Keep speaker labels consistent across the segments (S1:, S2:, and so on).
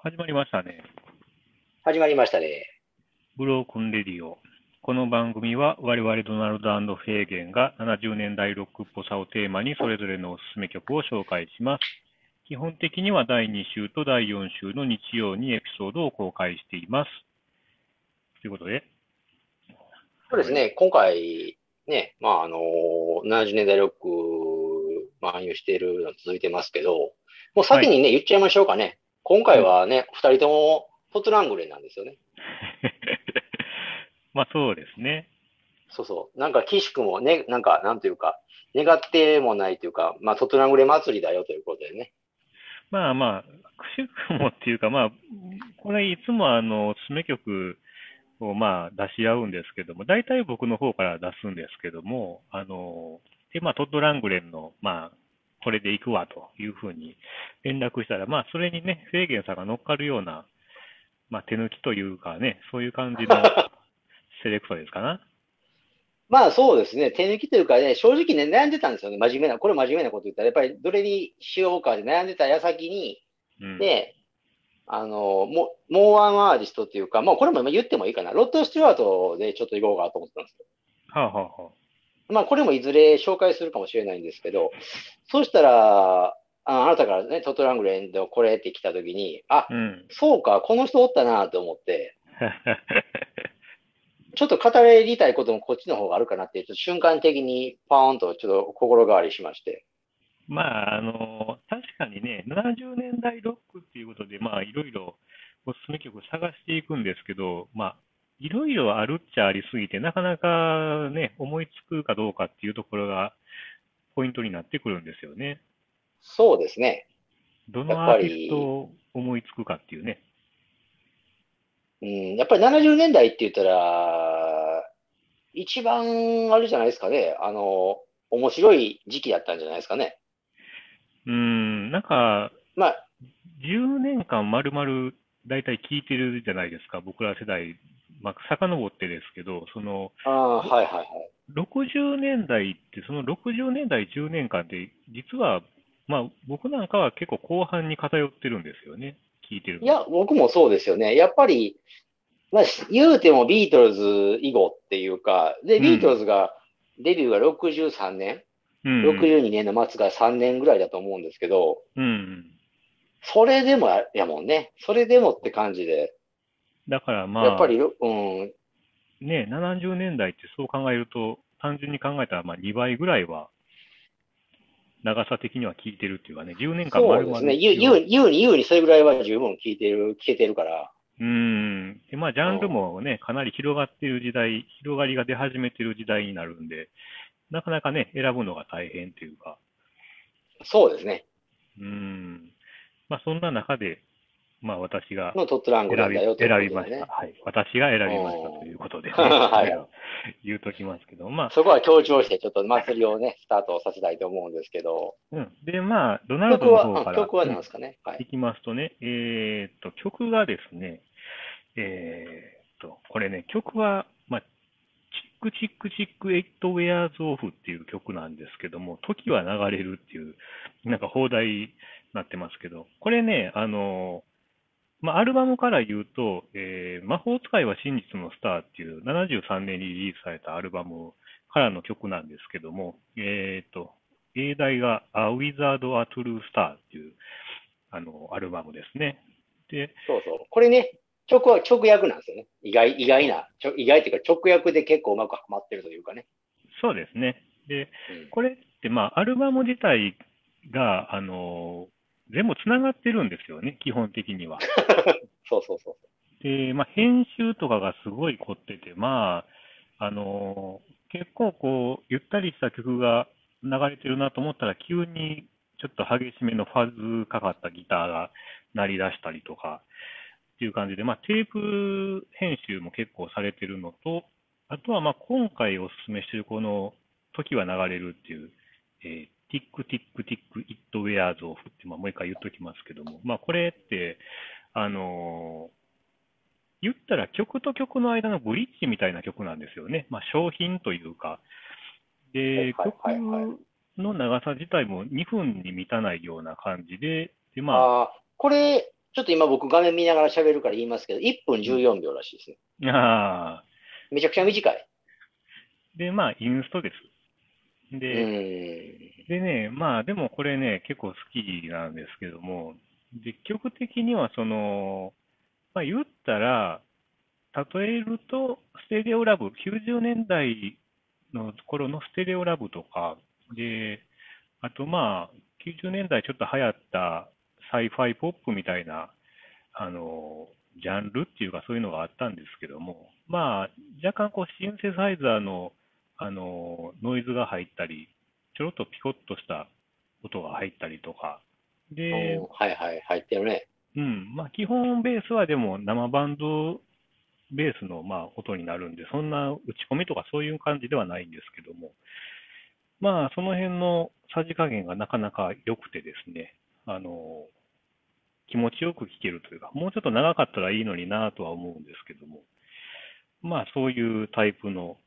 S1: 始まりましたね。
S2: 始まりましたね。
S1: ブロークンレディオ。この番組は我々ドナルドフェーゲンが70年代ロックっぽさをテーマにそれぞれのおすすめ曲を紹介します。基本的には第2週と第4週の日曜にエピソードを公開しています。ということで、
S2: そうですね、今回、ね、まあ、あの70年代ロック、漫遊しているの続いてますけど、もう先にね、言っちゃいましょうかね。今回はね、二、人とも、トトラングレンなんですよね。
S1: まあそうですね。
S2: そうそう。なんか、岸君もね、なんか、なんというか、願ってもないというか、まあ、トトラングレン祭りだよということでね。
S1: まあまあ、くしくもっていうか、まあ、これいつもあの、おすすめ曲をまあ出し合うんですけども、大体僕の方から出すんですけども、あの、で、まあ、トッド・ラングレンの、まあ、これで行くわというふうに連絡したら、まあ、それにね、フェーゲンさんが乗っかるような、まあ、手抜きというかね、そういう感じのセレクトですかな。
S2: まあそうですね、手抜きというかね、正直ね、悩んでたんですよね、真面目な、これ真面目なこと言ったら、やっぱりどれにしようかで悩んでた矢先に、
S1: うん。
S2: で、あの、もう、もうワンアーティストっていうか、まあこれも言ってもいいかな。ロッド・スチュワートでちょっと行こうかと思ってたんですよ。
S1: はあ、はあは
S2: まあこれもいずれ紹介するかもしれないんですけど、そうしたら、ああなたからね、トトラングレンのこれって来た時に、あ
S1: あ、、うん。
S2: そうか、この人おったなと思って、ちょっと語りたいこともこっちの方があるかなっていう、ちょっと瞬間的にパーンとちょっと心変わりしまして。
S1: まあ、あの、確かにね、70年代ロックっていうことで、まあ、いろいろおすすめ曲を探していくんですけど、まあ、いろいろあるっちゃありすぎて、なかなかね、思いつくかどうかっていうところがポイントになってくるんですよね。
S2: そうですね。
S1: ど
S2: やっ
S1: の
S2: ぱ
S1: アー
S2: り
S1: ティストを思いつくかっていうね。
S2: うん、やっぱり70年代って言ったら、一番あれじゃないですかね、あの、面白い時期だったんじゃないですかね。
S1: うん、なんか、
S2: まあ、
S1: 10年間丸々大体聴いてるじゃないですか、僕ら世代。まあ、遡ってですけど、その、
S2: ああ、はいはいはい。
S1: 60年代って、その60年代10年間って、実は、まあ、僕なんかは結構後半に偏ってるんですよね、聞いてるの
S2: いや、僕もそうですよね。やっぱり、まあ、言うてもビートルズ以後っていうか、で、
S1: うん
S2: ビートルズが、デビューが63年、
S1: うんうん、
S2: 62年の末が3年ぐらいだと思うんですけど、
S1: うんうん。
S2: それでもややもんね。それでもって感じで、
S1: だからまあ、
S2: やっぱりよ、うん、
S1: ね、70年代ってそう考えると、単純に考えたらまあ2倍ぐらいは、長さ的には聞いてるっていうかね、10年間
S2: そう
S1: 丸
S2: で
S1: 々
S2: すね。言う言う言うに言うにそれぐらいは十分聞いてる、聞けてるから。
S1: うん。で、まあ、ジャンルもね、かなり広がっている時代、広がりが出始めてる時代になるんで、なかなかね、選ぶのが大変というか、
S2: そうですね。
S1: うん。まあ、そんな中で、まあ、私が
S2: のトットラング
S1: 選
S2: なん
S1: び、
S2: だよという
S1: 選び
S2: こ
S1: ま
S2: と
S1: し
S2: で
S1: た。
S2: ね。
S1: はい。私が選びましたということでね、
S2: はい
S1: いろいろ言うときますけど、まあ、
S2: そこは強調して、ちょっと祭りをね、スタートさせたいと思うんですけど、
S1: うん。で、まあ、ドナルド
S2: 曲
S1: の方
S2: は、う
S1: か
S2: ん
S1: ら、
S2: 曲は何
S1: うん
S2: ですかね。はい。
S1: いきますとね、えーっと、曲がですね、えーっと、これね、曲は、まあ、チックチックチックエイトウェアーズオフっていう曲なんですけども、時は流れるっていう、なんか放題になってますけど、これね、あの、まあ、アルバムから言うと、えー魔法使いは真実のスターっていう73年にリリースされたアルバムからの曲なんですけども、えーっと、英題が A Wizard a True Star っていう、あの、アルバムですね。で、
S2: そうそう。これね、曲は直訳なんですよね。意外、意外な、ちょ意外っていうか直訳で結構うまくはまってるというかね。
S1: そうですね。で、
S2: うん
S1: これって、まあ、アルバム自体が、あの、全部つながってるんですよね、基本的には。
S2: そうそうそう。
S1: で、まあ、編集とかがすごい凝ってて、まあ、あの、結構こう、ゆったりした曲が流れてるなと思ったら、急にちょっと激しめのファズかかったギターが鳴り出したりとか、っていう感じで、まあ、テープ編集も結構されてるのと、あとは、まあ、今回おすすめしてるこの、時は流れるっていう、えー、ティックティックティックイットウェアーズオフって、まあ、もう一回言っときますけども、まあ、これって、あのー言ったら曲と曲の間のブリッジみたいな曲なんですよね。まあ、商品というか。で、
S2: はいはいはいはい
S1: 曲の長さ自体も2分に満たないような感じで、で、まあ、
S2: ああー、これ、ちょっと今僕画面見ながら喋るから言いますけど、1分14秒らしいですね。
S1: ああ。
S2: めちゃくちゃ短い。
S1: で、まあ、インストです。で、
S2: うん。
S1: でね、まあでもこれね、結構好きなんですけども、積極的にはその、まあ言ったら、例えると、ステレオラブ、90年代の頃のステレオラブとか、で、あとまあ、90年代ちょっと流行ったサイファイポップみたいな、あの、ジャンルっていうかそういうのがあったんですけども、まあ、若干こうシンセサイザーの、あの、ノイズが入ったり、ちょろっとピコッとした音が入ったりとか。で、
S2: おーはいはい、入ってるね。
S1: うん、まあ基本ベースはでも生バンドベースのまあ音になるんで、そんな打ち込みとかそういう感じではないんですけども、まあその辺のさじ加減がなかなか良くてですね、あの、気持ちよく聴けるというか、もうちょっと長かったらいいのになとは思うんですけども、まあそういうタイプの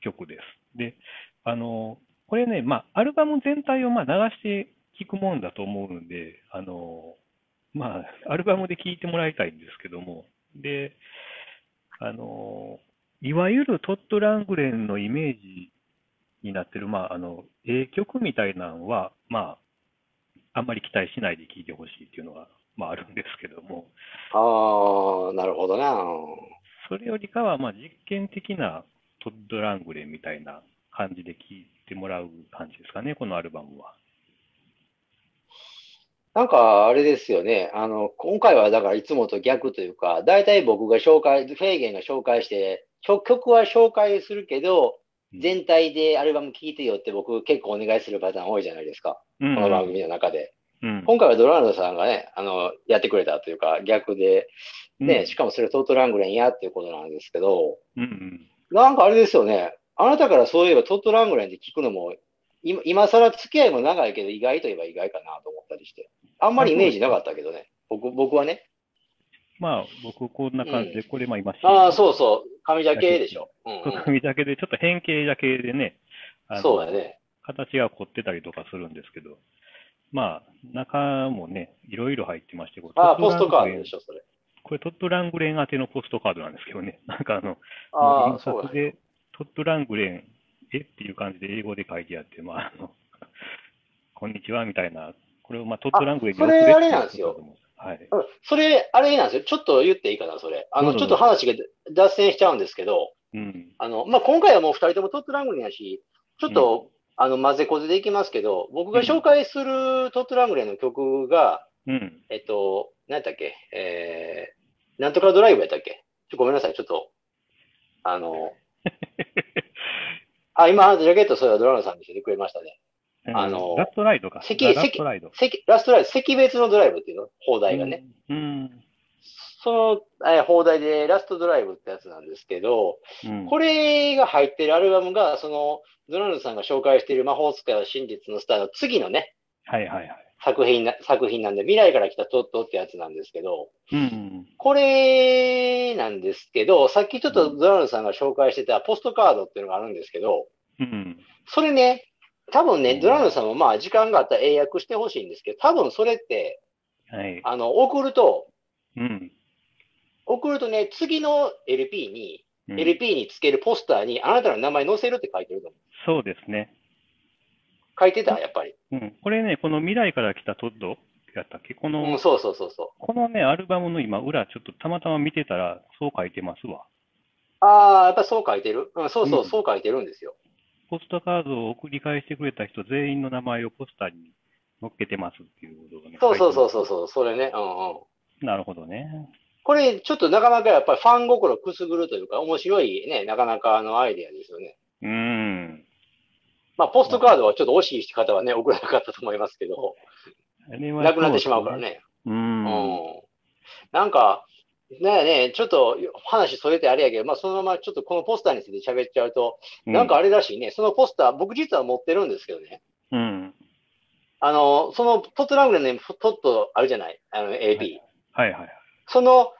S1: 曲です。で、あの、これね、まあアルバム全体をまあ流して聴くもんだと思うんで、あの、まあ、アルバムで聴いてもらいたいんですけども、で、あの、いわゆるトット・ラングレンのイメージになってる、まあ、あの、ええ曲みたいなのは、まあ、あんまり期待しないで聴いてほしいっていうのが、まあ、あるんですけども、
S2: ああ、なるほどな。
S1: それよりかは、まあ、実験的なトッド・ラングレンみたいな感じで聴いてもらう感じですかね、このアルバムは。
S2: なんか、あれですよね。あの、今回はだからいつもと逆というか、大体僕が紹介、フェーゲンが紹介して、曲曲は紹介するけど、全体でアルバム聴いてよって僕結構お願いするパターン多いじゃないですか。
S1: うん、
S2: この番組の中で。
S1: うん、
S2: 今回はドラルドさんがね、あの、やってくれたというか、逆で、
S1: う
S2: ね、
S1: ん
S2: しかもそれトートラングレンやっていうことなんですけど、
S1: うんうん。
S2: なんかあれですよね。あなたからそういえばトットラングレンって聞くのも、今今更付き合いも長いけど、意外といえば意外かなと思ったりして。あんまりイメージなかったけどね。僕僕はね。
S1: まあ、僕、こんな感じで、これ、まあ、今、
S2: ああ、そうそう。紙だけでしょ。うん、うん。
S1: 鏡だけで、ちょっと変形だけでね、 あの
S2: そうだね。
S1: 形が凝ってたりとかするんですけど、まあ、中もね、いろいろ入ってまして、これ
S2: ああ、
S1: ト
S2: ポ
S1: ッ
S2: ス
S1: ト
S2: ト
S1: ラン
S2: カ
S1: グ
S2: ー
S1: レ
S2: ド
S1: ン
S2: でしょ、それ。
S1: これ、トットラングレン宛てのポストカードなんですけどね、 なんかあの、
S2: あ
S1: 印
S2: あ、そう
S1: 刷
S2: だね。
S1: で、トットラングレン、えっていう感じで英語で書いてあって、まあ、あの、 こんにちはみたいな、これを、まあ、トットラングレンに
S2: あ
S1: 送って
S2: それあれなんですよ
S1: ってことだと思うんです。はい。
S2: うんそれ、あれなんですよ。ちょっと言っていいかな、それ。あ
S1: ど
S2: の、
S1: う
S2: ち
S1: ぞ
S2: ょっと話が脱線しちゃうんですけど、
S1: うん。
S2: あの、まあ、今回はもう二人ともトットラングレンやし、ちょっと、あの、混ぜこぜでいきますけど、僕が紹介するトットラングレンの曲が、
S1: うん。
S2: えっと、何やったっけえー、なんとかドライブやったっけちょごめんなさい、ちょっと、あ の、あ、今、ジャケット、それはドラムさん見せてくれましたね。あの
S1: ラストライドか。
S2: 咳
S1: ラストライド。
S2: 赤ラストライブ、赤別のドライブっていうの放題がね。
S1: うん。うん。
S2: その、えー放題でラストドライブってやつなんですけど、
S1: うん
S2: これが入ってるアルバムが、その、ドナルドさんが紹介している魔法使いは真実のスターの次のね、
S1: はいはいはい。
S2: 作品な、作品なんで、未来から来たトットってやつなんですけど、
S1: うん。
S2: これなんですけど、さっきちょっとドナルドさんが紹介してたポストカードっていうのがあるんですけど、
S1: うん。
S2: それね、多分
S1: う
S2: ね、
S1: ん
S2: ドナルドさんもまあ時間があったら英訳してほしいんですけど、多分それって、
S1: はい。
S2: あの、送ると、
S1: うん。
S2: 送るとね、次の LP に、
S1: うん
S2: LP につけるポスターにあなたの名前載せるって書いてると思う。
S1: そうですね。
S2: 書いてた、やっぱり。
S1: うん。これね、この未来から来たトッドやったっけこ
S2: うん、
S1: の、
S2: そうそうそうそう。
S1: このね、アルバムの今、裏、ちょっとたまたま見てたら、そう書いてますわ。
S2: ああ、やっぱそう書いてる。うん、そうそうう、
S1: ん
S2: そう書いてるんですよ。
S1: ポストカードを送り返してくれた人全員の名前をポスターに載っけてますっていうことをね。
S2: そうそうそう
S1: 書い
S2: そ、
S1: うてま
S2: そうそれね。うんうん。
S1: す。なるほどね。
S2: これ、ちょっとなかなかやっぱりファン心くすぐるというか、面白いね、なかなかあのアイデアですよね。
S1: うん。
S2: まあ、ポストカードはちょっと惜しい方はね、 送らなかったと思いますけど、
S1: あれは
S2: なくなってしまうから
S1: そ
S2: ね。
S1: うですね。う。
S2: うんん。なんか、ねえねちょっと話それてあれやけど、まあ、そのままちょっとこのポスターについて喋っちゃうと、なんかあれらしいね、そのポスター、僕実は持ってるんですけどね、
S1: うん。
S2: あの、そのトットラングレンのトットあるじゃない、あの AP。
S1: はいはいはいはい。
S2: その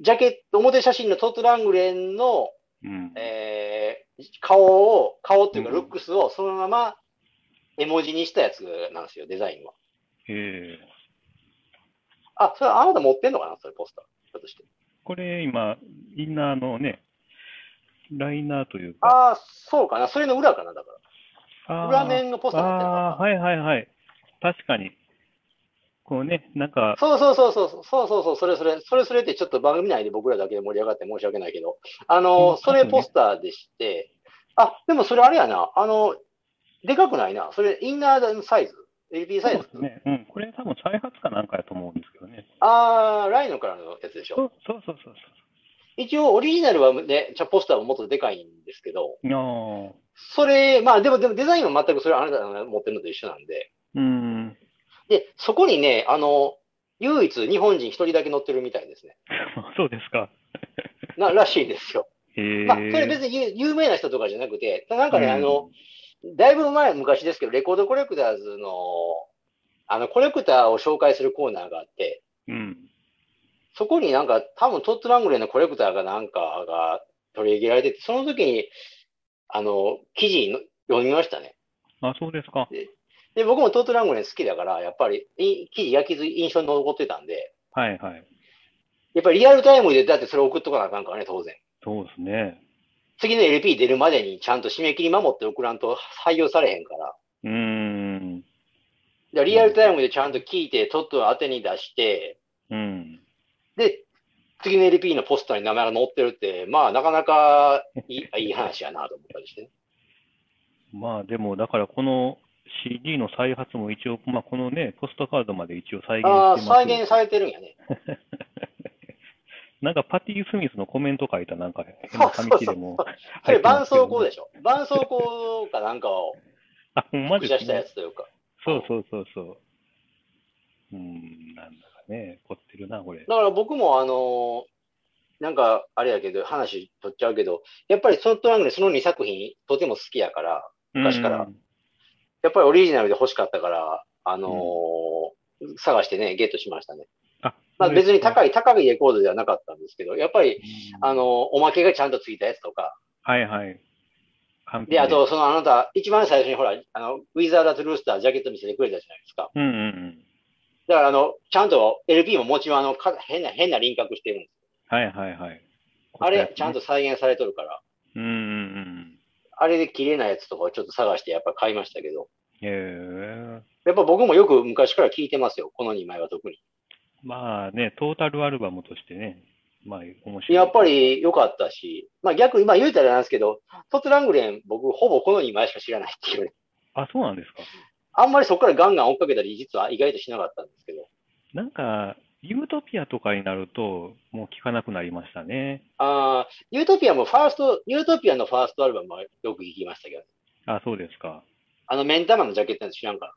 S2: ジャケット、表写真のトットラングレンの、
S1: うん。
S2: えー顔を、顔っていうか
S1: うん
S2: ルックスをそのまま絵文字にしたやつなんですよ、デザインは。
S1: ええ
S2: あ、それあなた持ってんのかなそれポスター。ひょっとして。
S1: これ今、インナーのね、ライナーというか、
S2: ああ、そうかな。それの裏かな、だか
S1: あ
S2: ら。
S1: ー
S2: 裏面のポスターになってる
S1: あーはいはいはい。確かに。こうね、なんか、
S2: そうそうそうそう、そうそうそう、それそれ、それそれってちょっと番組内で僕らだけで盛り上がって申し訳ないけど、あ
S1: う
S2: の、
S1: ん
S2: それポスターでして、あ、でもそれあれやな、あの、でかくないな、それインナーのサイズ、LP サイ
S1: そう
S2: ズ
S1: で。すね。うん、これ多分再発かなんかやと思うんですけどね。
S2: あー、ライノからのやつでし
S1: そ
S2: ょ。
S1: うそうそうそう
S2: 一応オリジナルはね、じゃポスターはもっとでかいんですけど、
S1: そう。ああ。
S2: それ、まあでも、でもデザインは全くそれあなたが持ってるのと一緒なんで、
S1: うん。
S2: で、そこにね、あの、唯一日本人一人だけ乗ってるみたいですね。
S1: そうですか。
S2: な、らしいですよ。
S1: へえ。
S2: まあ、それ別に有有名な人とかじゃなくて、なんかね、
S1: うん
S2: あの、だいぶ前、昔ですけど、レコードコレクターズの、あの、コレクターを紹介するコーナーがあって、
S1: うん。
S2: そこになんか、多分トットラングレーのコレクターがなんかが取り上げられてて、その時に、あの、記事の読みましたね。
S1: あ、そうですか。
S2: で、僕もトットラングレー好きだから、やっぱり、い記事焼きず印象に残ってたんで、
S1: はいはい。
S2: やっぱりリアルタイムで、だってそれ送っとかなあかんからね、当然。
S1: そうですね。
S2: 次の LP 出るまでにちゃんと締め切り守って送らんと採用されへんから、
S1: うーん。
S2: でリアルタイムでちゃんと聞いて、トットを当てに出して、
S1: うん。
S2: で、次の LP のポスターに名前が載ってるって、まあ、なかなかいいいい話やなと思った りしてね。
S1: まあでも、だからこの CD の再発も一応、まあこのね、ポストカードまで一応再現して
S2: ああ、
S1: ます。
S2: 再現されてるんやね。
S1: なんかパティ・スミスのコメント書いたなんか変
S2: そ
S1: な
S2: うそう
S1: 紙切れも
S2: そう。それ、絆創膏でしょ。絆創膏かなんかを
S1: あ、ほんま
S2: 複
S1: で
S2: 写
S1: す
S2: したや
S1: ね。
S2: つというか。
S1: そうそうそうそう。うん、なんだかね、凝ってるな、これ。
S2: だから僕も、あのーなんか、あれやけど、話取っちゃうけど、やっぱりソフトラングでその2作品、とても好きやから、昔から
S1: うん
S2: やっぱりオリジナルで欲しかったから、あのー探してね、ゲットしましたね。
S1: あ、
S2: まあ、別に高
S1: い。
S2: い、高いレコードではなかったんですけど、やっぱり、
S1: うん
S2: あ、の、おまけがちゃんとついたやつとか、
S1: はいはい。完璧
S2: で、あ、と、そのあなた、一番最初にほら、あの、ウィザーダ・トゥルースター、ジャケット見せてくれたじゃないですか。
S1: うんうんうん。
S2: だから、あの、ちゃんと LP ももちろん、あの、か変な、変な輪郭してるんです。
S1: はいはいはい。
S2: あれ、ちゃん
S1: と。
S2: と再現されとるから、
S1: うんうんうん。
S2: あれで綺麗なやつとかをちょっと探して、やっぱ買いましたけど、
S1: へえ。
S2: やっぱ僕もよく昔から聞いてますよ、この2枚は特に。
S1: まあね、トータルアルバムとしてね、まあ面白い。
S2: やっぱり良かったし、まあ逆に、まあ言うたらなんですけど、トットラングレン、僕、ほぼこの2枚しか知らないっていうね、
S1: あ、そうなんですか。
S2: あんまりそこからガンガン追っかけたり、実は意外としなかったんですけど、
S1: なんか、ユートピアとかになると、もう聞かなくなりましたね。
S2: ああ、ユートピアもファースト、ユートピアのファーストアルバムはよく聞きましたけど、
S1: あ、そうですか。
S2: あの、メンタマンのジャケットなんて知らんか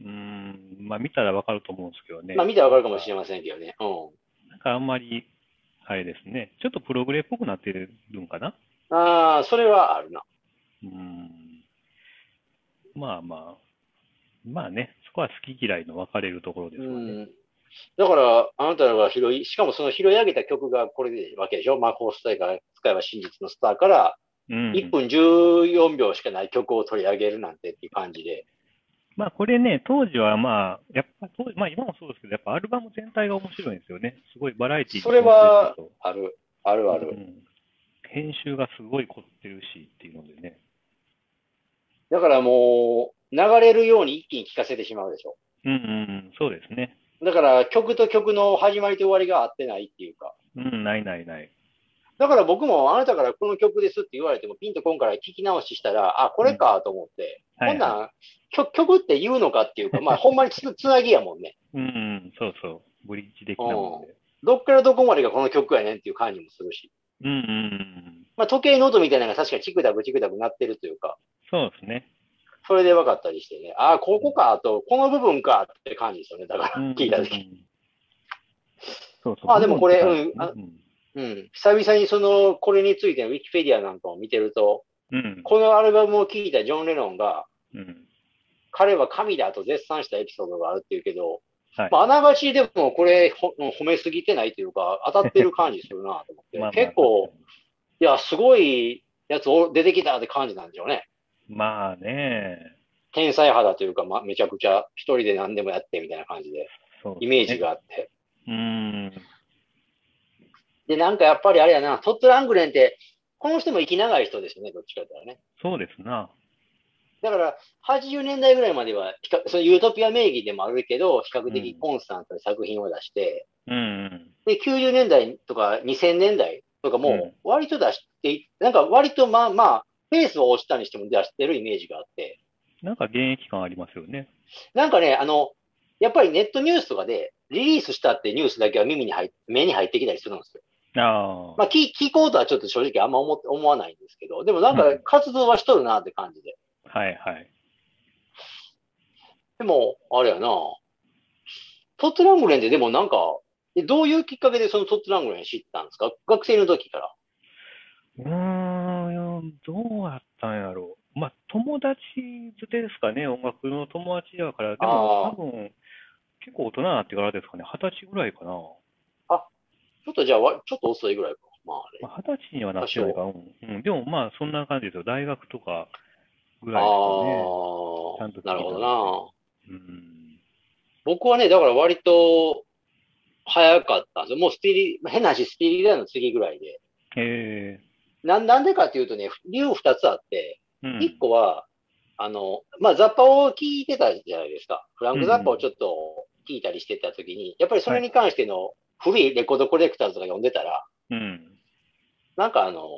S1: うーん、まあ見たらわかると思うんですけどね。
S2: ら。まあ見たらわかるかもしれませんけどね。うん。
S1: なんかあんまり、あれですね。ちょっとプログレっぽくなってるんかな。
S2: ああ、それはあるな。
S1: うーん。まあまあ。まあね、そこは好き嫌いの分かれるところで
S2: う
S1: すよね。
S2: ん。だから、あなたが拾い、しかもその拾い上げた曲がこれでわけでしょ。魔法スタイから使えば真実のスターから、
S1: うん。
S2: 1分14秒しかない曲を取り上げるなんてっていう感じで。
S1: まあこれね、当時はまあ、やっぱ当時、まあ今もそうですけど、やっぱアルバム全体が面白いんですよね。すごいバラエティーに
S2: それは
S1: 富んで
S2: ある、あるあ
S1: ると
S2: る。
S1: うん編集がすごい凝ってるしっていうのでね。
S2: だからもう、流れるように一気に聴かせてしまうでしょ。
S1: うんうんうん、そうですね。
S2: だから曲と曲の始まりと終わりが合ってないっていうか。
S1: うん、ないないない。
S2: だから僕もあなたからこの曲ですって言われてもピンとこんから聞き直ししたら、あ、これかと思って、
S1: はい
S2: こんなん曲曲って言うのかっていうか、まあほんまにつつなぎやもんね。
S1: うんうん、そうそう。ブリッジ的なもんで。
S2: どっからどこまでがこの曲やねんっていう感じもするし。
S1: うんうんうん。
S2: まあ時計の音みたいなのが確かにチクダクチクダクなってるというか、
S1: そうですね。
S2: それで分かったりしてね、あ、ここかと、この部分かって感じですよね。だから
S1: うん
S2: 聞いた
S1: う
S2: 時。
S1: んそうそう。
S2: あでもこれ
S1: う
S2: うん
S1: ん
S2: あうん。久々にその、これについてのウィキペディアなんかを見てると、
S1: うん。
S2: このアルバムを聴いたジョン・レノンが、
S1: うん。
S2: 彼は神だと絶賛したエピソードがあるっていうけど、
S1: はい
S2: まあ、あながちでもこれほ褒めすぎてないというか、当たってる感じするなと思っ て、
S1: まあまあ
S2: 結構、。いや、すごいやつお出てきたって感じなんでしょうね。
S1: まあね。
S2: 天才派だというか、まあ、めちゃくちゃ一人で何でもやってみたいな感じで、
S1: そうですね
S2: イメージがあって。
S1: うん。
S2: で、なんかやっぱりあれやな、トットラングレンって、この人も生き長い人ですよね、どっちかって言ったらね。
S1: そうですな。
S2: だから、80年代ぐらいまでは比較、そのユートピア名義でもあるけど、比較的コンスタントに作品を出して、
S1: うん。
S2: で、90年代とか2000年代とか
S1: う
S2: も
S1: ん、
S2: 割と出してい、なんか割とまあまあ、ペースを落ちたにしても出してるイメージがあって、
S1: なんか現役感ありますよね。
S2: なんかね、あの、やっぱりネットニュースとかで、リリースしたってニュースだけは耳に入っ目に入ってきたりするんですよ。
S1: あ
S2: まあ、聞聞こうとはちょっと正直あんま思って思わないんですけど、でもなんか
S1: うん
S2: 活動はしとるなって感じで。
S1: あ。はいはい。
S2: でも、あれやな、トットラングレンででもなんか、えどういうきっかけでそのトットラングレン知ったんですか学生の時から。
S1: うーん、どうやったんやろう。まあ、友達ですかね、音楽の友達だから、で
S2: あ
S1: も
S2: ー
S1: 多分、結構大人になってからですかね、二十歳ぐらいかな。
S2: ちょっとじゃあわ、ちょっと遅いぐらいか。まああれ。
S1: まあ、二十歳にはなってないか、うん。うんでもまあ、そんな感じですよ。大学とかぐらいです
S2: あ
S1: か
S2: あ
S1: ね。ちゃんと聞い
S2: ー、
S1: た
S2: な
S1: の
S2: るほどな。
S1: うん。
S2: 僕はね、だから割と早かったんですよ。もうスピリ、変な話、スピリダーの次ぐらいで。
S1: え
S2: なんなんでかっていうとね、理由二つあって、
S1: ー、うん。
S2: 一個は、あの、まあ、ザッパを聞いてたじゃないですか。フランク・ザッパをちょっと聞いたりしてた時に、やっぱりそれに関しての古いレコードコレクターズとか読んでたら、
S1: うん。
S2: なんかあの、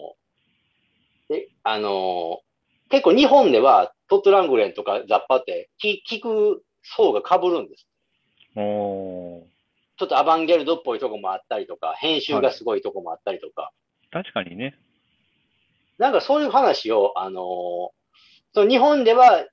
S2: え、あの、結構日本ではトットラングレンとかザッパって聞聞く層が被るんです。
S1: おー
S2: ちょっとアバンギャルドっぽいとこもあったりとか、編集がすごいとこもあったりとか、
S1: 確かにね。
S2: なんかそういう話を、あの、その日本では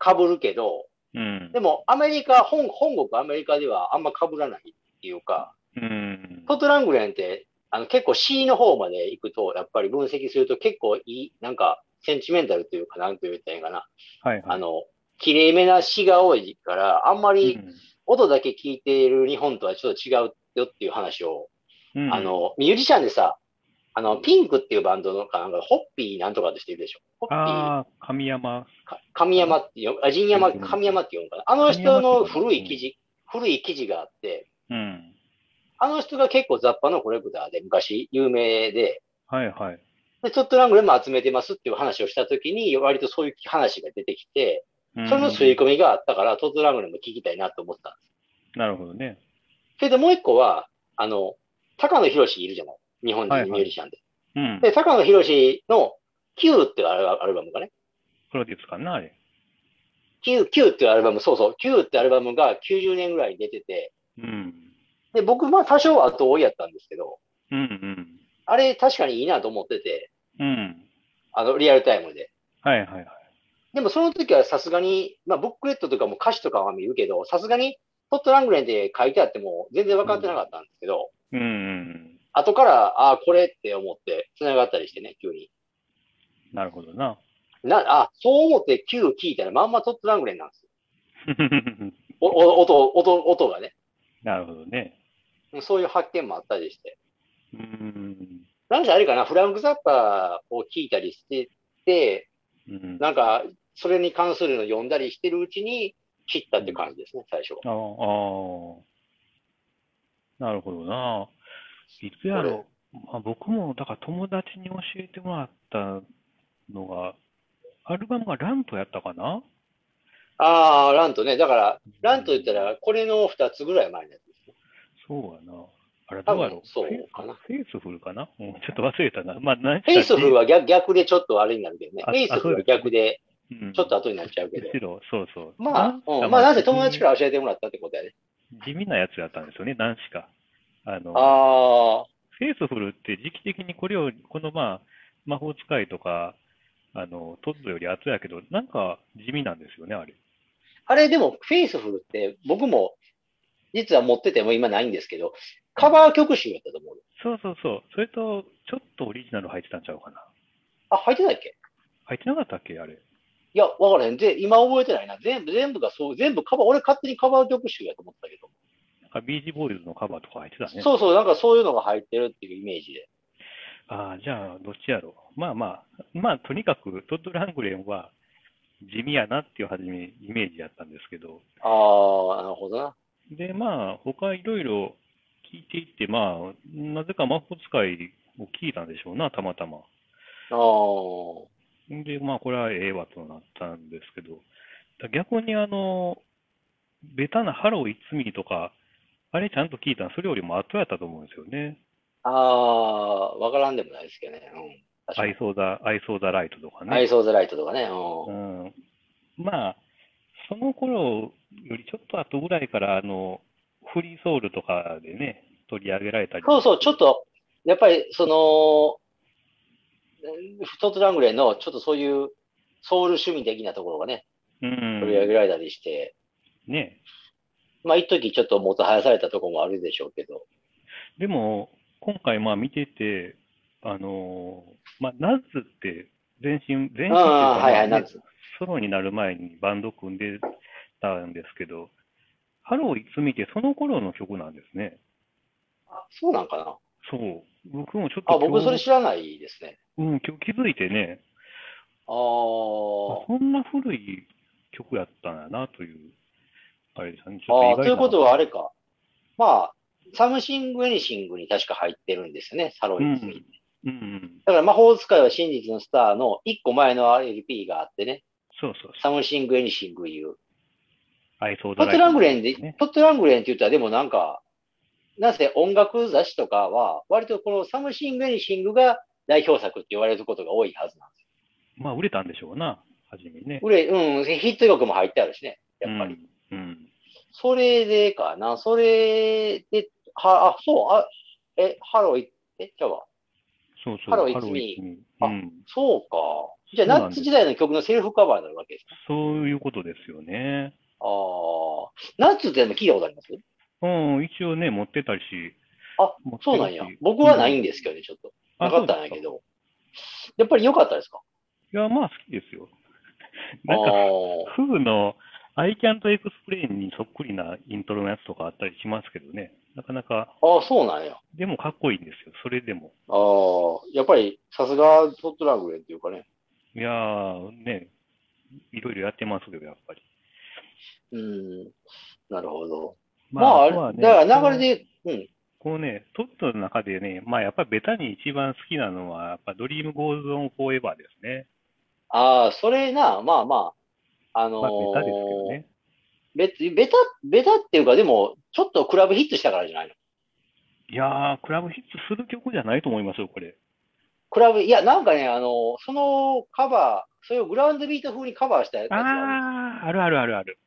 S2: 被るけど、
S1: うん。
S2: でも、アメリカ、本本国アメリカではあんま被らないっていうか、
S1: うん。
S2: トットラングレンって、あの結構 C の方まで行くと、やっぱり分析すると結構いい、なんか、センチメンタルというか、なんと言ったらいいかな。
S1: はいは
S2: あ
S1: い。
S2: の、綺麗めな詩が多いから、あんまり音だけ聞いている日本とはちょっと違うよっていう話を、
S1: うんうん
S2: あの、ミュージシャンでさ、あの、ピンクっていうバンドのかなんか、ホッピーなんとかって人いるでしょ。ホッピー。
S1: ああ、神山。
S2: か神山って読む、あ、神山、神山って読むかな。あの人の古い記事、古い記事があって、
S1: うん。
S2: あの人が結構雑把のコレクターで昔有名で、
S1: はいはい。
S2: で、トットラングレンも集めてますっていう話をしたときに、割とそういう話が出てきて、
S1: うん
S2: それの吸い込みがあったから、トットラングレンも聞きたいなと思ったんです。
S1: なるほどね。
S2: それでもう一個は、あの、高野博いるじゃない。日本人ミュージシャンで。
S1: うん。
S2: で、高野博の Q っていうアルバアルバムがね、
S1: プロデュースかな、あれ。
S2: Q、Q っていうアルバム、そうそう、Q ってアルバムが90年ぐらいに出てて、
S1: うん。
S2: で、僕、まあ、多少は後追いやったんですけど、
S1: うん
S2: あれ、確かにいいなと思ってて、
S1: うん。うん。
S2: あの、リアルタイムで。
S1: はいはいはい。
S2: でも、その時はさすがに、まあ、ブックレットとかも歌詞とかは見るけど、さすがに、トットラングレンで書いてあっても、全然分かってなかったんですけど、
S1: うんうん。
S2: 後から、ああ、これって思って、繋がったりしてね、急に。
S1: なるほどな。
S2: な、あ、そう思って急聞いたら、まんまトットラングレンなんですよ。お、お、音、音、音がね。
S1: なるほどね。
S2: そういう発見もあったりして。
S1: うん。
S2: なんせあれかな、フランク・ザッパーを聞いたりしてて、
S1: うん。あ
S2: なんか、それに関するのを読んだりしてるうちに、切ったって感じですね、最初は。
S1: あー。なるほどな。いつやろう。まあ、僕も、だから友達に教えてもらったのが、アルバムがランプやったかな
S2: ああ、ラントね。だから、ラント言ったら、これの2つぐらい前のやつですね。
S1: そうやな。あれ、
S2: 多
S1: どうや
S2: 分
S1: ろ
S2: そう
S1: フェイス
S2: かな
S1: フェイスフルかな、うん、ちょっと忘れたな。まあ、何
S2: フェイスフル
S1: は、
S2: は逆逆でちょっとあれになるけどね。フ
S1: あ
S2: ェイスフルは逆で、
S1: うん
S2: ちょっと後になっちゃうけど
S1: む。しろ、そうそう。
S2: まあ、
S1: か
S2: うん、まあ、なぜ友達
S1: ら
S2: から教えてもらったってことやね。
S1: 地味なやつやったんですよね、何しか。あの、
S2: ああ、
S1: フェイスフルって時期的にこれを、このまあ、魔法使いとか、あの、トッドより後やけど、なんか地味なんですよね、あれ。
S2: あれでも、フェイスフルって、僕も、実は持ってても今ないんですけど、カバー曲集やったと思う。
S1: そうそうそう。それと、ちょっとオリジナル入ってたんちゃうかな。
S2: あ、入ってたっけ
S1: 入ってなかったっけ、あれ。
S2: いや、わからへん。で、今覚えてないな。全部、全部がそう、全部カバー、俺勝手にカバー曲集やと思ったけど。
S1: なんかビーチボーイズのカバーとか入ってたね。
S2: そうそう、なんかそういうのが入ってるっていうイメージで。
S1: ああ、じゃあ、どっちやろう。まあまあ、まあ、とにかく、トッド・ラングレンは地味やなっていうはじめ、イメージやったんですけど、
S2: ああ、なるほどな。
S1: で、まあ、他いろいろ聞いていって、まあ、なぜか魔法使いを聞いたんでしょうな、たまたま。
S2: ああ。
S1: で、まあ、これはええわとなったんですけど、だ逆にあの、ベタなハロー一味とか、あれちゃんと聞いたの、それよりも後やったと思うんですよね。
S2: ああ、わからんでもないですけどね。うん。確か
S1: アイ
S2: に。
S1: ソーザ、アイソーザライトとか
S2: アイ
S1: ね。
S2: ソーズライトとかね。うん。
S1: うん。まあ、その頃よりちょっと後ぐらいから、あの、フリーソウルとかでね、取り上げられたり
S2: そうそう、ちょっと、やっぱり、その、フトトラングレーの、ちょっとそういう、ソウル趣味的なところがね、
S1: うん。
S2: 取り上げられたりして、
S1: ね。
S2: まあ、一時ちょっともっと生やされたところもあるでしょうけど、
S1: でも、今回まあ見てて、あのーまあ、ナッツって全身、全身っていうか
S2: ああはいはい
S1: まあ
S2: ナッツ
S1: ソロになる前にバンド組んでたんですけど、ハローいつ見てその頃の曲なんですね。
S2: あそうなんかな。
S1: そう。僕もちょっと
S2: あ、僕そ
S1: 今
S2: れ
S1: 日、
S2: 知らないですね。
S1: うん、今日気づいてね、あ
S2: ああ。
S1: そんな古い曲やったんやなという、あれですね。ちょっと意外
S2: ああ、という
S1: な
S2: ことはあれか。まあ、サムシングエニシングに確か入ってるんですよね、サロインズに。
S1: うんうんうん。
S2: だから魔法使いは真実のスターの一個前の LP があってね、
S1: そうそうそう。
S2: サムシングエニシングいう。
S1: アイソード
S2: トッ
S1: ラ
S2: ト
S1: イ
S2: ラングレンで、
S1: ね。
S2: トットラングレンって言ったらでもなんか、なぜ音楽雑誌とかは、割とこのサムシングエニシングが代表作って言われることが多いはずなんです
S1: まあ、売れたんでしょうな、初めにね。
S2: よ。売れ、うん、ヒット曲も入ってあるしね、やっぱり。
S1: うん。うん
S2: それでかな。それで、は、あ、そう、あ、え、ハロー、え、今日は。
S1: そうそう。
S2: ハロー It's
S1: イ
S2: Me
S1: ミ
S2: あ
S1: うん。
S2: そうか。じ
S1: そ
S2: ゃあ、
S1: う
S2: ナ
S1: なん
S2: ッ
S1: です
S2: ツ時代の曲のセルフカバーになるわけですか。
S1: そういうことですよね。
S2: ああ。ナッツってでも聞いたことあります
S1: うん、一応ね、持ってたりし。
S2: あ、
S1: 持ってるし
S2: そうなんや。僕はないん
S1: う
S2: ですけどね、ちょっと。
S1: あ
S2: なかったんやけ
S1: そう
S2: ど。やっぱり良かったですか
S1: ですかいや、まあ好きですよ。
S2: ああ
S1: なんか、フグの I can't explain にそっくりなイントロのやつとかあったりしますけどね。なかなか、
S2: ー。ああ、そうなんや。あ
S1: でもかっこいいんですよ。それでも。
S2: あー。やっぱり、さすがトットラグレンっていうかね。
S1: いやー、ね、いろいろやってますけど、やっぱり。
S2: うん。なるほど。
S1: ま
S2: まあ、
S1: と
S2: あ
S1: は
S2: れ、
S1: ね
S2: だから流れで、うん。
S1: こうね、トットの中でね、まあやっぱりベタに一番好きなのは、やっぱドリームゴーズオンフォーエバーですね。
S2: ああ、それな、まあまあ、あの
S1: まあベタですけど
S2: ー
S1: ね。
S2: ベベタ、ベタっていうか、でも、ちょっとクラブヒットしたからじゃないの
S1: いやー、クラブヒットする曲じゃないと思いますよ、これ。
S2: クラブ、いや、なんかね、あの、そのカバー、それをグラウンドビート風にカバーしたやつが ある
S1: あー、あるあるあるある。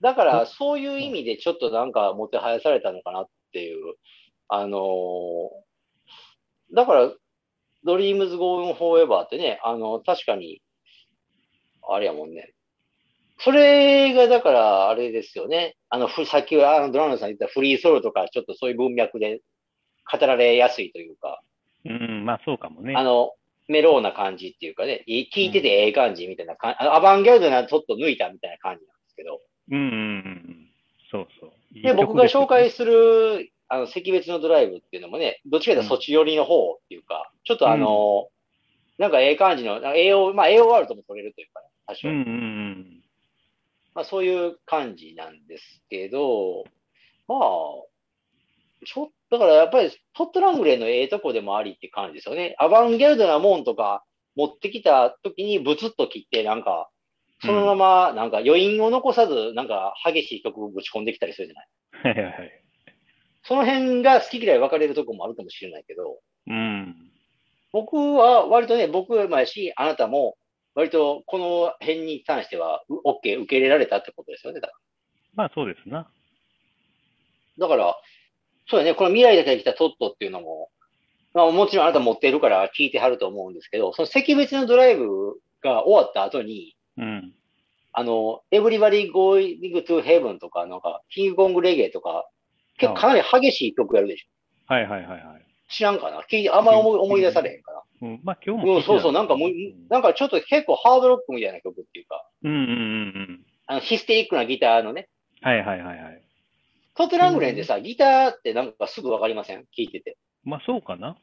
S2: だから、そういう意味でちょっとなんかもてはやされたのかなっていう。あのーだから、ドリームズ・ゴーン・フォーエバーってね、あの、確かに、あれやもんね。それが、だから、あれですよね。あの、ふさっきは、あの、ドラムさん言ったフリーソウルとか、ちょっとそういう文脈で語られやすいというか。
S1: うん、まあそうかもね
S2: あ。の、メローな感じっていうかね、いい聞いててええ感じみたいな感じ、あのアバンギャルドなちょっと抜いたみたいな感じなんですけど、
S1: うん、うん、うん。そうそう。いい
S2: で、
S1: 曲
S2: 僕が
S1: すよ
S2: 紹介する、あの、惜別のドライブっていうのもね、どっちかというとそっち寄りの方っていうか、ちょっとあの、なんかええ感じの、なんか AO、まあ AOR とも取れるというかね、多少。
S1: うん、うん、うん。
S2: まあそういう感じなんですけど、まあ、ちょっと、だからやっぱりトットラングレーのええとこでもありって感じですよね。アバンギャルドなもんとか持ってきた時にブツッと切って、なんか、そのまま、なんか余韻を残さず、なんか激しい曲をぶち込んできたりするじゃない。
S1: はいはいはい。
S2: その辺が好き嫌い分かれるとこもあるかもしれないけど、
S1: うん。
S2: 僕は割とね、僕もやし、あなたも、割とこの辺に関しては、う OK、受け入れられたってことですよね。だから
S1: まあそうですな。
S2: だから、そうだね、この未来で出てきたトットっていうのも、まあもちろんあなた持ってるから聞いてはると思うんですけど、その惜別のドライブが終わった後に、
S1: うん。
S2: あの、Everybody Going to Heaven とか、なんか、キングコングレゲエとか、結構かなり激しい曲やるでしょ。
S1: はいはいはいはい。
S2: 知らんかな聞いて、あんまり思い
S1: うん
S2: 思い出されへんか
S1: うん、まあ今日
S2: な。
S1: も聞いて
S2: うん、
S1: た
S2: そうそう、なんかもう、なんかちょっと結構ハードロックみたいな曲っていうか、
S1: うん、うん、うん、うん。
S2: あの、ヒステリックなギターのね、
S1: はいはいはいはい。
S2: トットラングレンでさ、ギターってなんかすぐわかりません聞いてて。
S1: まあそうかな。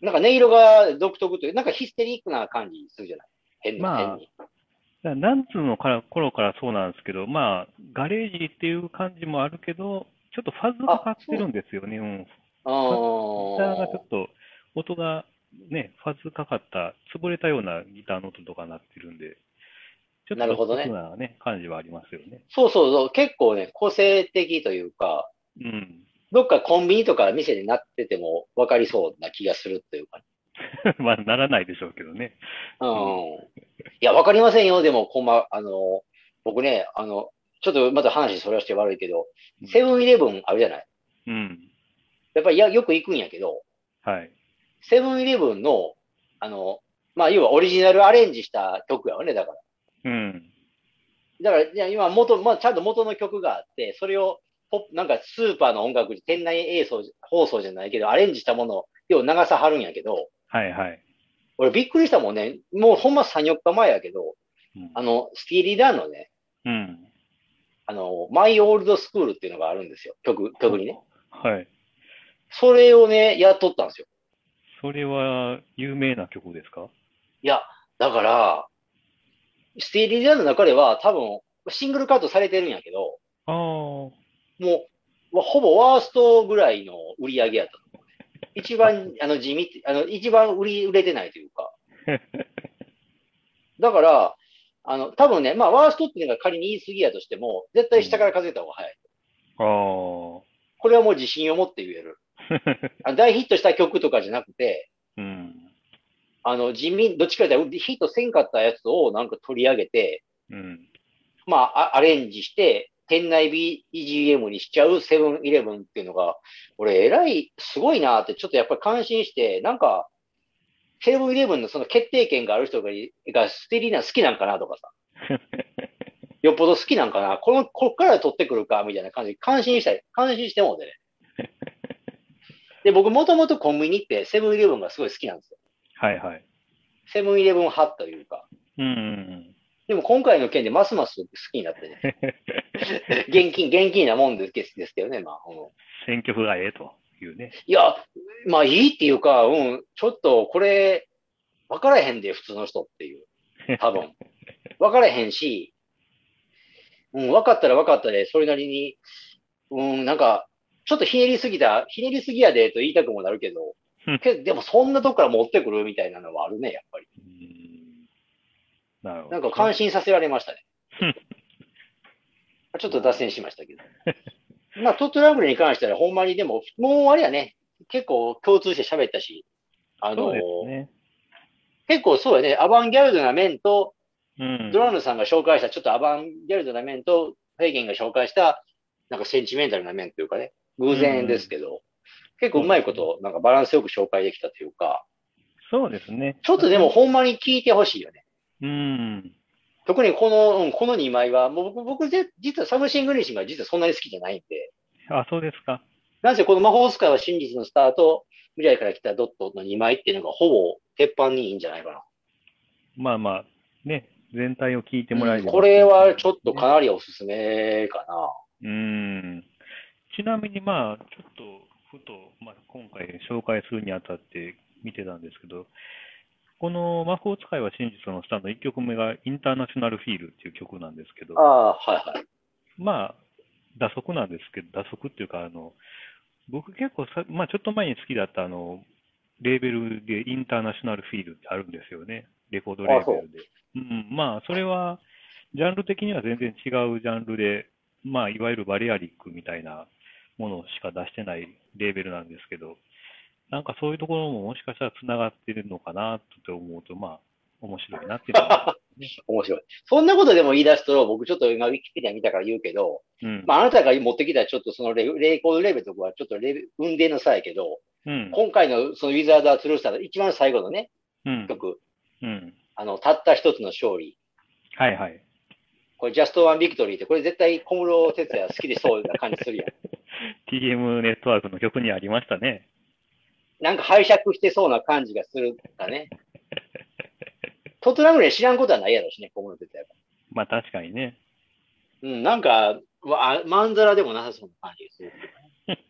S2: なんか音色が独特という、なんかヒステリックな感じするじゃない変な、
S1: まあ
S2: 変に。
S1: だからナンツのから頃からそうなんですけど、まあ、ガレージっていう感じもあるけど、ちょっとファズがかってるんですよね。うん。ギ
S2: あ
S1: ターがちょ
S2: ー
S1: っと、音がね、ファズかかった、潰れたようなギターの音とかなってるんで、ちょっと
S2: なるほどね
S1: 独特なね、感じはありますよね。
S2: そうそうそう、結構ね、個性的というか、
S1: うん。
S2: どっかコンビニとか店でなってても分かりそうな気がするというか、
S1: まあ、ならないでしょうけどね。
S2: うん。いや、分かりませんよ、でも、こんま、あの、僕ね、あの、ちょっとまた話それはして悪いけど、セブンイレブンあるじゃない。
S1: うん。
S2: やっぱりやよく行くんやけど、
S1: はい。
S2: セブンイレブンの、あの、まあ、要はオリジナルアレンジした曲やわね、だか
S1: う
S2: ら。
S1: ん。
S2: だから、いや今元、まあ、ちゃんと元の曲があって、それをポップ、なんかスーパーの音楽で店内映像放送じゃないけど、アレンジしたものを、要は長さはるんやけど、
S1: はいはい。
S2: 俺びっくりしたもんね。もうほんま3、4日前やけど、
S1: うん
S2: あの、スティーリーダーのね、
S1: うん。
S2: あの、マイオールドスクールっていうのがあるんですよ。曲、曲にね。
S1: はい。
S2: それをね、やっとったんですよ。
S1: それは有名な曲ですか
S2: いや、だから、スティーリーダーの中では多分、シングルカットされてるんやけど、
S1: ああ。
S2: もう、わほぼワーストぐらいの売り上げやったと思うね。一番、あの、地味って、あの、一番売り、売れてないというか。だから、あの、多分ね、まあ、ワーストっていうのが仮に言い過ぎやとしても、絶対下から数えた方が早い。
S1: ああ。
S2: これはもう自信を持って言える。あの大ヒットした曲とかじゃなくて、
S1: うん。
S2: あの、地味、どっちかというとヒットせんかったやつをなんか取り上げて、
S1: うん。
S2: まあ、あアレンジして、店内 BGM にしちゃうセブンイレブンっていうのが、俺、偉い、すごいなって、ちょっとやっぱり感心して、なんか、セブンイレブンのその決定権がある人がいがスティーリーナ好きなんかなとかさ、よっぽど好きなんかな、この、こっから取ってくるか、みたいな感じで感心したり、感心してもうてね。で、僕、もともとコンビニってセブンイレブンがすごい好きなんですよ。
S1: はいはい。
S2: セブンイレブン派というか。
S1: うんうん
S2: でも今回の件でますます好きになってね。 現金、現金なもんですけですけどね、まあ、うん。
S1: うん。選曲がええというね。
S2: いや、まあいいっていうか、うん、ちょっとこれ、分からへんで、普通の人っていう。多 分。分からへんし、うん、分かったら分かったで、それなりに、うん、なんか、ちょっとひねりすぎた、ひねりすぎやでと言いたくもなるけど
S1: うん、
S2: けどでもそんなとこから持ってくるみたいなのはあるね、やっぱり。
S1: うんなるほ
S2: な
S1: ど。
S2: んか感心させられました ね。ちょっと脱線しましたけど。まあ、トットランブルに関しては、ほんまにでも、もうあれやね、結構共通して喋ったし、あ
S1: そ
S2: の
S1: うですね。
S2: 結構そうやね、アバンギャルドな面と、
S1: うん。
S2: ドラムさんが紹介した、ちょっとアバンギャルドな面と、フェイゲンが紹介した、なんかセンチメンタルな面というかね、偶然ですけど、結構うまいこと、なんかバランスよく紹介できたというか、
S1: そうですね。
S2: ちょっとでもほんまに聞いてほしいよね。
S1: うん。
S2: 特にこの、うん、この2枚は、もう僕、僕ぜ、実はサムシングリーシンが実はそんなに好きじゃないんで、
S1: あ、そうですか。
S2: なんせこの魔法使いは真実のスターと、未来から来たドットの2枚っていうのがほぼ鉄板にいいんじゃないかな。
S1: まあまあ、ね、全体を聞いてもらえれば、
S2: これはちょっとかなりおすすめかな。
S1: うん。ちなみにまあ、ちょっと、ふと、まあ、今回紹介するにあたって見てたんですけど、この魔法使いは真実のスタンド1曲目がインターナショナルフィールっていう曲なんですけど、
S2: ああー、はいはい。
S1: まあ、打足なんですけど、打足っていうか、あの、僕結構さ、まあちょっと前に好きだったあの、レーベルでインターナショナルフィールってあるんですよね。レコードレーベルで。うん、まあそれは、ジャンル的には全然違うジャンルで、まあいわゆるバリアリックみたいなものしか出してないレーベルなんですけど、なんかそういうところももしかしたら繋がってるのかなって思うと、まあ面白いなっていうの は。
S2: 面白い。そんなことでも言い出すと、僕ちょっと今、ウィキペディア見たから言うけど、
S1: うん。
S2: まあ、あなたが持ってきたちょっとそのレレコードレベルとかはちょっとレベ運命の差やけど、
S1: うん。
S2: 今回のそのウィザード・ア・トゥルースターの一番最後のね、
S1: うん。
S2: 曲、
S1: うん。
S2: あの、たった一つの勝利。
S1: はいはい。
S2: これ、ジャスト・ワン・ビクトリーって、これ絶対小室哲也好きでそうな感じするやん。
S1: TM ネットワークの曲にありましたね。
S2: なんか拝借してそうな感じがするんだね。トットナムレ知らんことはないやろしね、小室哲也が。
S1: まあ確かにね。
S2: うん、なんか、わまんざらでもなさそうな感じがするっていうかね。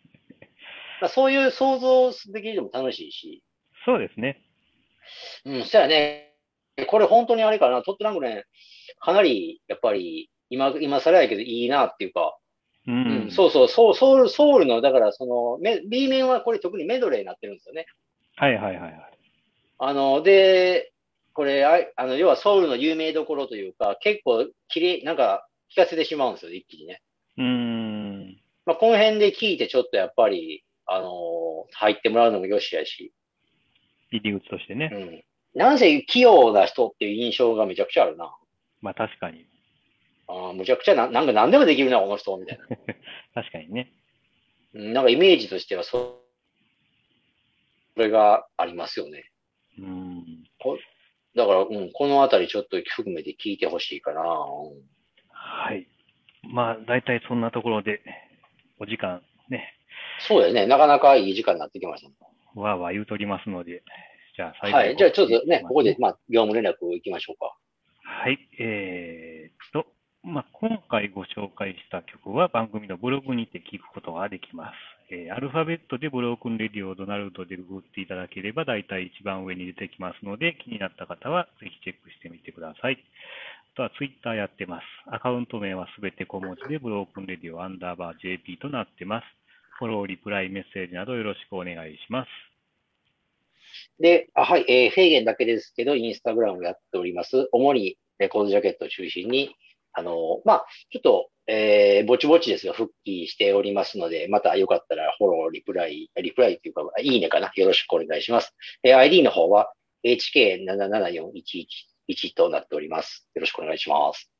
S2: まあそういう想像できるのも楽しいし、
S1: そうですね。
S2: うん、そやね。これ本当にあれかな、トットナムレかなり、やっぱり、今、今更やけどいいなっていうか、
S1: う
S2: うんん、そうそう、ソウル、ソウル、ソウルの、だから、その、め B 面はこれ特にメドレーになってるんですよね。
S1: はいはいはいはい。
S2: あの、で、これ、あいあの、要はソウルの有名どころというか、結構、きれい、なんか、聞かせてしまうんですよ、一気にね。
S1: うーん。
S2: まあ、この辺で聞いて、ちょっとやっぱり、あの入ってもらうのもよしやし、
S1: 入り口としてね。
S2: うん。なんせ器用な人っていう印象がめちゃくちゃあるな。
S1: まあ確かに。
S2: あーむちゃくちゃな、なんか何でもできるな、この人、みたいな。
S1: 確かにね。
S2: うんなんかイメージとしては、そう、それがありますよね。
S1: うーん。
S2: だから、うん、このあたりちょっと含めて聞いてほしいかな。うん
S1: はい。まあ大体そんなところで、お時間ね、
S2: そうですね。なかなかいい時間になってきましたね。
S1: わーわー言うとりますので、じゃあ最後
S2: はい。じゃあちょっとね、ここで
S1: す、
S2: まあ、業務連絡行きましょうか。
S1: はい、えーっと、まあ、今回ご紹介した曲は番組のブログにて聞くことができます。えーアルファベットでブロークンレディオドナルドでググっていただければ大体一番上に出てきますので気になった方はぜひチェックしてみてください。あとはツイッターやってます。アカウント名はすべて小文字でブロークンレディオアンダーバー JP となってます。フォロー、リプライ、メッセージなどよろしくお願いします。
S2: で、あはい、えー、フェーゲンだけですけど、インスタグラムやっております。主にレコードジャケットを中心に、あのーまあ、ちょっと、えー、ぼちぼちですが、復帰しておりますので、またよかったらフォロー、リプライ、リプライというか、あいいねかな。よろしくお願いします。えー、ID の方は HK774111 となっております。よろしくお願いします。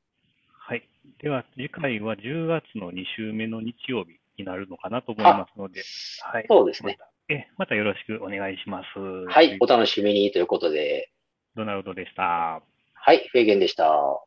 S1: はい。では、次回は10月の2週目の日曜日になるのかなと思いますので、はい。
S2: そうですね。
S1: え、またよろしくお願いします。
S2: はい、お楽しみにということで、
S1: ドナルドでした。
S2: はい、フェーゲンでした。